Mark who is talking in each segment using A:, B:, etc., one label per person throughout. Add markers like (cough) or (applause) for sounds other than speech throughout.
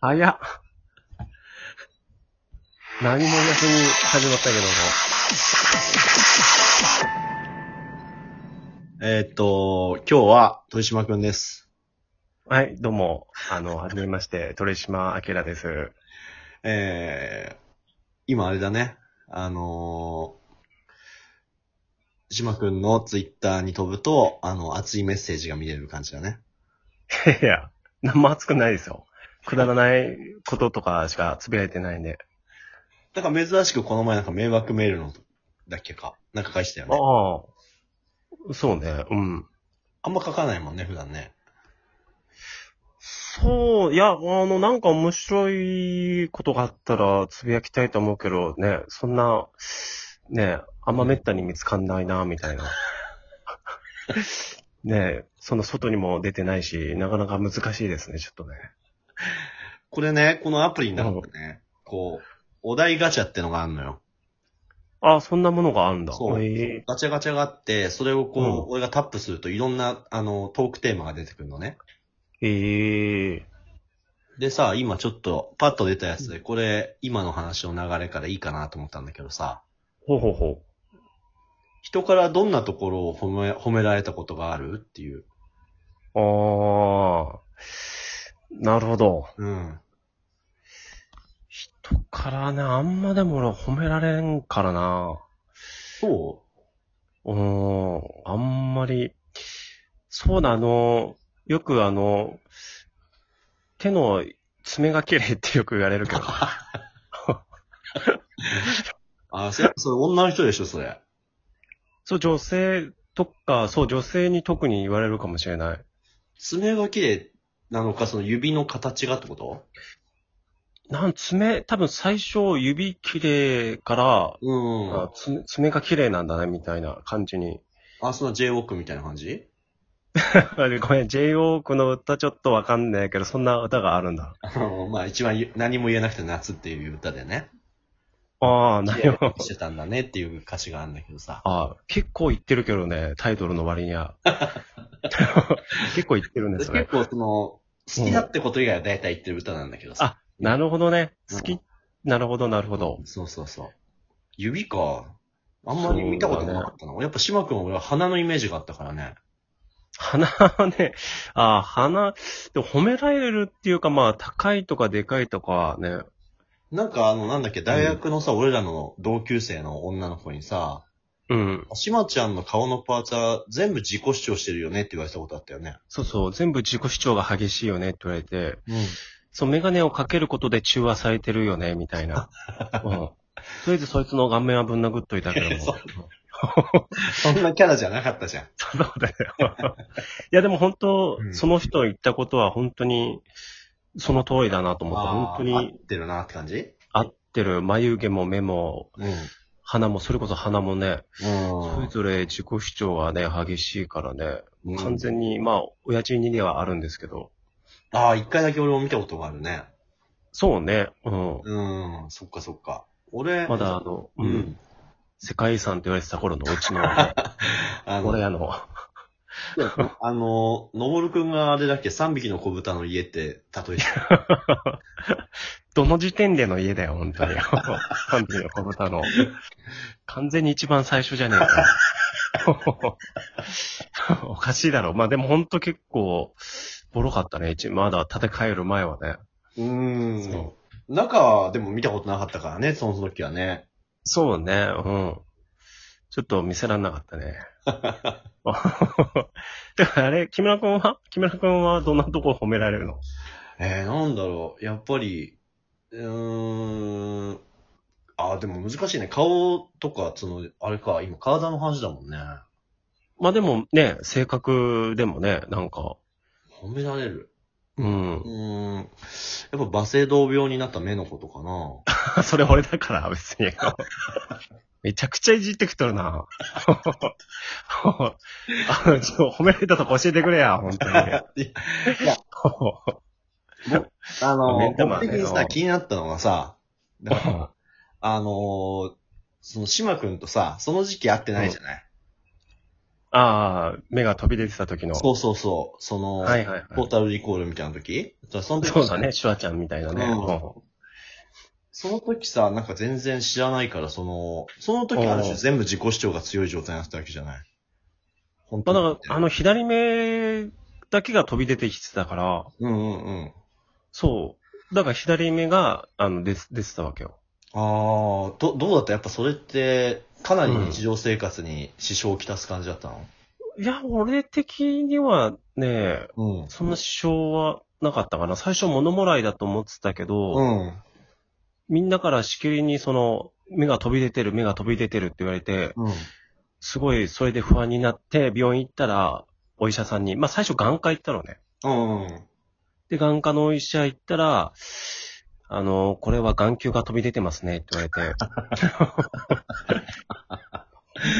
A: 早っ。何もなしに始まったけども。
B: えーっと、今日は鳥島くんです。
A: はい、どうも。あの、はじめまして、鳥島明です。
B: えー、今あれだね、あのー、島くんのツイッターに飛ぶと、あの、熱いメッセージが見れる感じだね。
A: いや、何も熱くないですよ。くだらないこととかしか呟いてないんで。
B: だから珍しくこの前なんか迷惑メールのだっけか、なんか書いてたよ
A: あ
B: ね。
A: あ。そうね、うん。
B: あんま書かないもんね、普段ね。
A: そう、いや、あの、なんか面白いことがあったら、つぶやきたいと思うけど、ね、そんな、ね、あんまめったに見つかんないな、みたいな。 (laughs) ねその外にも出てないし、なかなか難しいですね、ちょっとね。
B: これね、このアプリの中でね、こう、お題ガチャってのがあるのよ。
A: あ、そんなものがあるんだ。
B: そう
A: え
B: ガチャガチャがあって、それをこう、
A: うん
B: 俺がタップするといろんな、あの、トークテーマが出てくるのね。
A: ー、えー、
B: でさ、今ちょっと、パッと出たやつで、これ、今の話の流れからいいかなと思ったんだけどさ、
A: ほうほうほう。
B: 人からどんなところを褒め、褒められたことがあるっていう。
A: ああ、なるほど。
B: うん。
A: 人からね、あんまでも俺褒められんからな。
B: そう
A: ーん、あんまり。そうだ、あの、よくあの、手の爪が綺麗ってよく言われる
B: (laughs)
A: けど。
B: うあ、それ、それ女の人でしょ、それ。
A: そう、女性とか、そう、女性に特に言われるかもしれない。
B: 爪が綺麗なのか、その指の形がってこと
A: なん、爪、多分最初指綺麗から、
B: うん。
A: あ
B: あ、
A: 爪爪が綺麗なんだね、みたいな感じに (laughs)
B: その J-Walk みたいな感じ (laughs)
A: あれごめん、j o ークの歌ちょっとわかんないけど、そんな歌があるんだ。
B: あの、まあ、一番ゆ何も言えなくて夏っていう歌でね。
A: ああ、な
B: 何
A: る
B: を
A: ほど。
B: してたんだねっていう歌詞があるんだけどさ。
A: ああ、結構言ってるけどね、タイトルの割に
B: (laughs)
A: は。結構言ってるんです
B: 結
A: ね。
B: 構 (laughs) その、好きだってこと以外は大体言ってる歌なんだけどさ。
A: あ、なるほどね。
B: うん
A: 好き。なるほど、なるほど。
B: そうそうそう。指か。あんまり見たことなかったな。やっぱ島くんは俺は鼻のイメージがあったからね。
A: 鼻はね、ああ、鼻、でも褒められるっていうか、まあ、高いとかでかいとかね。
B: なんかあの、なんだっけ、大学のさ、俺らの同級生の女の子にさ、
A: うん。
B: 島ちゃんの顔のパーツは全部自己主張してるよねって言われたことあったよね。
A: そうそう、全部自己主張が激しいよねって言われて、
B: うん。
A: そう、メガネをかけることで中和されてるよね、みたいな。
B: (laughs)
A: うん。とりあえずそいつの顔面はぶん殴っといたけど
B: そう
A: も。
B: そんなキャラじゃなかったじゃん。 (laughs)
A: そんなことだよ。いや、でも本当、
B: うん
A: その人の言ったことは本当に、その通りだなと思って、本当
B: あー合
A: に
B: ってるなって感じ
A: 合ってる眉毛も目も、
B: うん。うん。
A: 鼻も、それこそ鼻もね、それぞれ自己主張がね、激しいからね、
B: うん
A: 完全に、まあ、親父にではあるんですけど、
B: ああ、一回だけ俺も見たことがあるね。
A: そうね、うん。
B: うん、そっかそっか。俺、
A: まだあ、の、う、
B: うんん。
A: 世界遺産って言われてた頃のうちの、
B: (laughs) あの
A: 俺、あの、
B: (laughs) あの、のぼるくんがあれだっけ、3匹の子豚の家って例えてた。
A: どの時点での家だよ、本当に。完全に小豚の。完全に一番最初じゃねえか。おかしいだろ。まあでも本当結構、ボロかったね。一まだ建て替える前はね。
B: (laughs) うーん
A: そ。
B: 中はでも見たことなかったからね、その時はね。
A: そうね、うん。ちょっと見せらんなかった (laughs) ね。でもあれ、木村くんは木村くんはどんなとこ褒められるの
B: えー、なんだろう。やっぱり、うーん。あー、でも難しいね。顔とか、その、あれか、今体の話だもんね。
A: まあでもね、性格でもね、なんか、
B: 褒められる。
A: うん
B: う。ーん。やっぱ、馬声道病になった目のことかな。
A: それ俺だから、別に。めちゃくちゃいじってきとるな。 (laughs) あの、ちょっと褒められたとこ教えてくれや、本当に。
B: あの、
A: 目ん玉は
B: 僕
A: ね
B: 的にさ、気になったの
A: (laughs)
B: がさ、だから
A: うん
B: あのーその、島くんとさ、その時期会ってないじゃない、
A: ああ、目が飛び出てた時の。
B: そうそうそう。その、
A: はいはい
B: ポ
A: は
B: ータルリコールみたいな時だからその
A: い。
B: 時
A: そうだね、シュワちゃんみたいなね。
B: うん
A: うん
B: その時さ、なんか全然知らないから、その、その時ある
A: う
B: 種
A: ん
B: 全部自己主張が強い状態になってたわけじゃない。
A: まあ、だ
B: 本当に。
A: から、あの、左目だけが飛び出てきてたから、
B: うんうんうん。
A: そう。だから左目が、あの、出て、出てたわけよ。
B: ああ、ど、どうだったやっぱそれって、かなり日常生活に支障をきたす感じだったの
A: いや、俺的にはね、
B: うん。
A: そんな支障はなかったかな。最初物もらいだと思ってたけど、
B: うん。
A: みんなからしきりにその、目が飛び出てる、目が飛び出てるって言われて、
B: うん。
A: すごいそれで不安になって、病院行ったら、お医者さんに、まあ最初眼科行ったのね。
B: うん。
A: で、眼科のお医者行ったら、あの、これは眼球が飛び出てますねって言われて。 (laughs)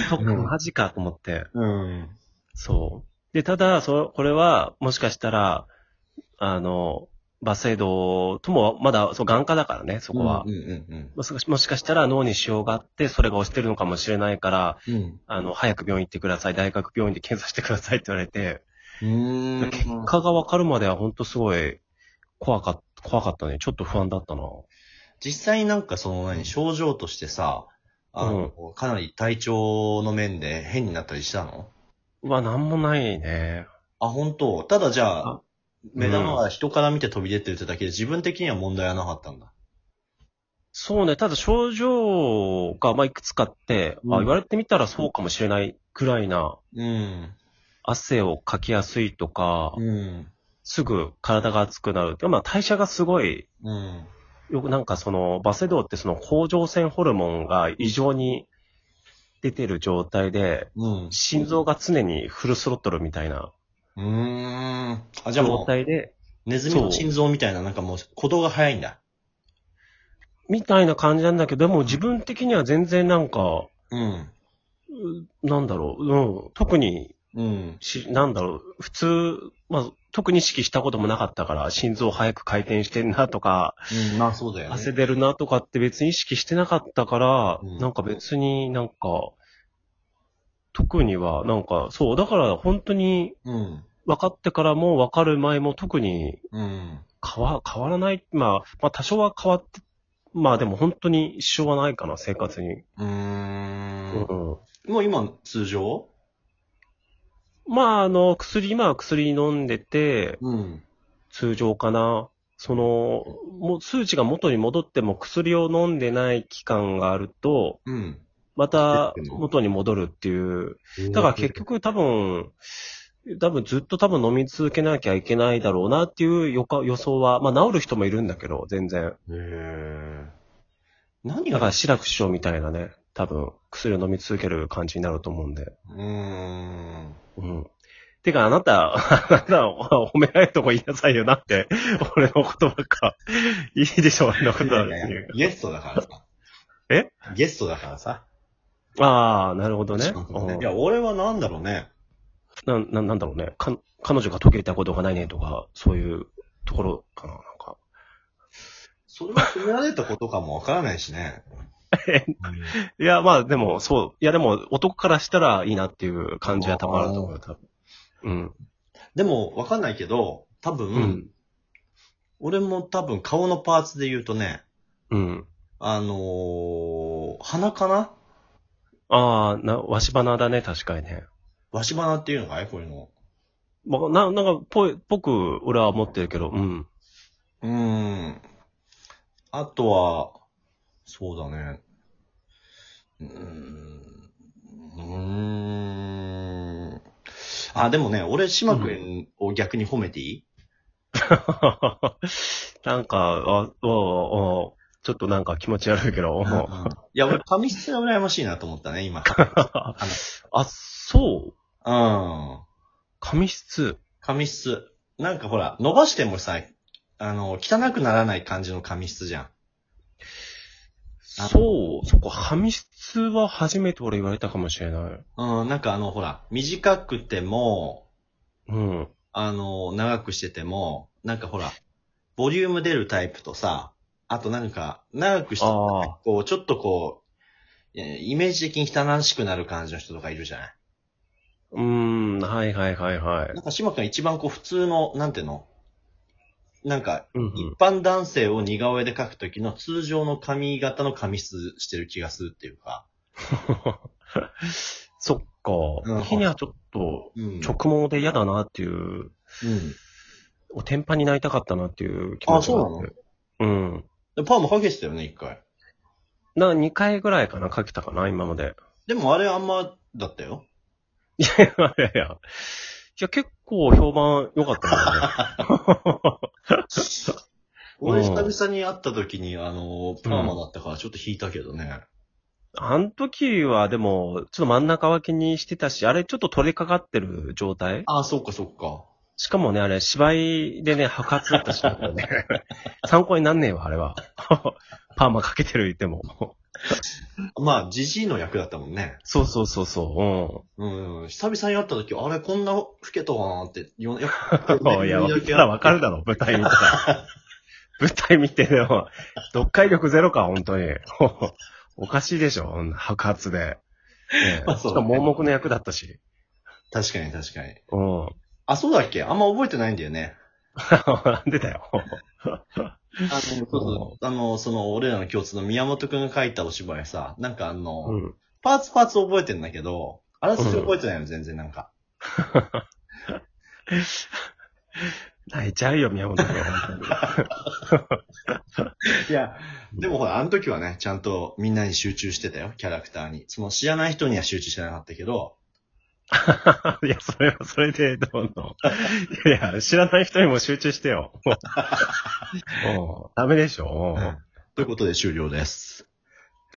A: そっか、マジかと思って。
B: うん。
A: そう。で、ただ、そこれは、もしかしたら、あの、バセドとも、まだ、そう、眼科だからね、そこは。
B: うんうん
A: もしかしもしかしたら脳に腫瘍があって、それが落ちてるのかもしれないから、
B: うん。うん。
A: あの、早く病院行ってください、大学病院で検査してくださいって言われて、
B: うーん。
A: 結果がわかるまでは本当すごい、怖かった、怖かったね。ちょっと不安だったな。
B: 実際になんかその何、症状としてさ、あの、かなり体調の面で変になったりしたの
A: うわ、なんもないね。
B: あ、本当ただじゃあ
A: あ、
B: 目玉は人から見て飛び出てるってだけで、自分的には問題はなかったんだ。
A: そうね、ただ症状が、まあ、いくつかあって、
B: うん
A: あ言われてみたらそうかもしれないくらいな、
B: うん。
A: 汗をかきやすいとか、
B: うん。
A: すぐ体が熱くなる。でもまあ代謝がすごい、
B: うん。
A: よくなんかそのバセドウってその甲状腺ホルモンが異常に出てる状態で、
B: うん。
A: 心臓が常にフルスロットルみたいな
B: うーん。あ、じゃあ
A: 状
B: もう、
A: 態で、
B: ネズミの心臓みたいな、なんかもう、鼓動が早いんだ。
A: みたいな感じなんだけど、でも自分的には全然なんか、
B: うん。
A: うなんだろう、うん、特に
B: うん。
A: し、なんだろう、普通、まあ、特に意識したこともなかったから、心臓早く回転してんなとか、
B: うん、まあそうだよね。
A: 汗出るなとかって別に意識してなかったから、
B: うん
A: なんか別になんか、特には、なんか、そう、だから本当に
B: うん。
A: 分かってからも分かる前も特に
B: うん。
A: 変わ変わらない、まあ、まあ多少は変わって、まあでも本当に支障はないかな、生活に。
B: うーん。
A: うん
B: もう今、通常
A: まああの、薬、今は薬飲んでて、
B: うん。
A: 通常かな。その、もう数値が元に戻っても薬を飲んでない期間があると、
B: うん。
A: また元に戻るっていう。だから結局多分、多分ずっと多分飲み続けなきゃいけないだろうなっていう予か予想は、まあ治る人もいるんだけど、全然。
B: へえ。何
A: だか
B: が、
A: ら志らく師匠みたいなね、多分薬を飲み続ける感じになると思うんで。
B: うーん。
A: うん。てかあなた、 (laughs) あなたお褒められるとこ言いなさいよなって、 (laughs) 俺のことばっか。いいでしょ、俺のことは。
B: ゲストだからさ。
A: え
B: ゲストだからさ。
A: ああ、なるほどね。うん
B: いや、俺はなんだろうね。
A: な、な、なんだろうね。か、彼女が解けたことがないねとか、そういうところかな、なんか。
B: それは決められたことかもわからないしね。うん
A: いや、まあでも、そう。いや、でも、男からしたらいいなっていう (laughs) 感じは多分あると思うよ、多分。うん。
B: でも、わかんないけど、多分、
A: うん。
B: 俺も多分顔のパーツで言うとね、
A: うん。
B: あのー、鼻かな
A: ああ、な、わし花だね、確かにね。
B: わし鼻っていうのかいこういうの。
A: まあ、な、なんか、ぽい、僕、俺は思ってるけど、うん。 (laughs)
B: うーん。あとは、そうだね。うーん。うーん。あ、でもね、俺、島君を逆に褒めていい、
A: なんか、あ、おおおちょっとなんか気持ち悪いけど、お
B: うんいや、俺、髪質が羨ましいなと思ったね、今。
A: (laughs) あ、そう。
B: うん。
A: 髪質。
B: 髪質。なんかほら、伸ばしてもさ、あの、汚くならない感じの髪質じゃん。あの
A: そう、そこ、髪質は初めて俺言われたかもしれない。
B: うん、なんかあの、ほら、短くても、
A: うん。
B: あの、長くしてても、なんかほら、ボリューム出るタイプとさ、あとなんか、長くして
A: あー
B: こう、ちょっとこう、えーイメージ的に汚らしくなる感じの人とかいるじゃない
A: うーん、はいはいはいはい。
B: なんか、島君は一番こう、普通の、なんていうのなんか、
A: うんう
B: 一
A: ん、
B: 般男性を似顔絵で描くときの通常の髪型の髪質してる気がするっていうか。
A: (laughs) そっ
B: うん
A: か。日にはちょっと
B: うん
A: 直毛で嫌だなっていう、
B: うん。
A: お天パになりたかったなっていう気持ちが
B: あそう
A: ってうん。
B: でパーマかけてたよね、一回。
A: な、2回ぐらいかな、かけたかな、今まで。 (laughs)
B: でもあれあんまだったよ。
A: いやいやいや。いや、結構評判良かったんだよね。 (laughs)
B: 俺
A: うん
B: 久々に会った時に、あの、パーマだったからちょっと引いたけどね。
A: あの時はでも、ちょっと真ん中分けにしてたし、あれちょっと取れかかってる状態
B: ああ、そっかそっか。
A: しかもね、あれ芝居でね、破活だったし、
B: (laughs)
A: ね、参考になんねえわ、あれは。 (laughs) パーマかけてる言っても。
B: まあ、ジジイの役だったもんね。
A: そうそうそうそう。
B: うん。久々に会った時、あれこんな老けたわなって。よやっ
A: (laughs) うん。いや、見たらわかるだろ、舞台見た
B: (laughs)
A: ら。舞台見てでも、読解力ゼロか、本当に。 (laughs) おかしいでしょ、破活で。ね
B: まあそう
A: し
B: だ
A: か
B: ね
A: も盲目の役だったし。
B: 確かに確かに。
A: うん。
B: あ、そうだっけあんま覚えてないんだよね。
A: なんでだよ。
B: あの、そうそうあの、その、俺らの共通の宮本くんが書いたお芝居さ、なんかあの、
A: うん。
B: パーツパーツ覚えてんだけど、あらすじ覚えてないの、全然なんか。
A: 泣いちゃうよ、宮本君。本当に
B: いや、 (laughs) でもほら、あの時はね、ちゃんとみんなに集中してたよ、キャラクターに。その知らない人には集中してなかったけど、
A: (laughs) いや、それはそれで、どんどん。いや、知らない人にも集
B: (laughs)
A: 中してよ。もうダメでしょ。
B: ということで終了です。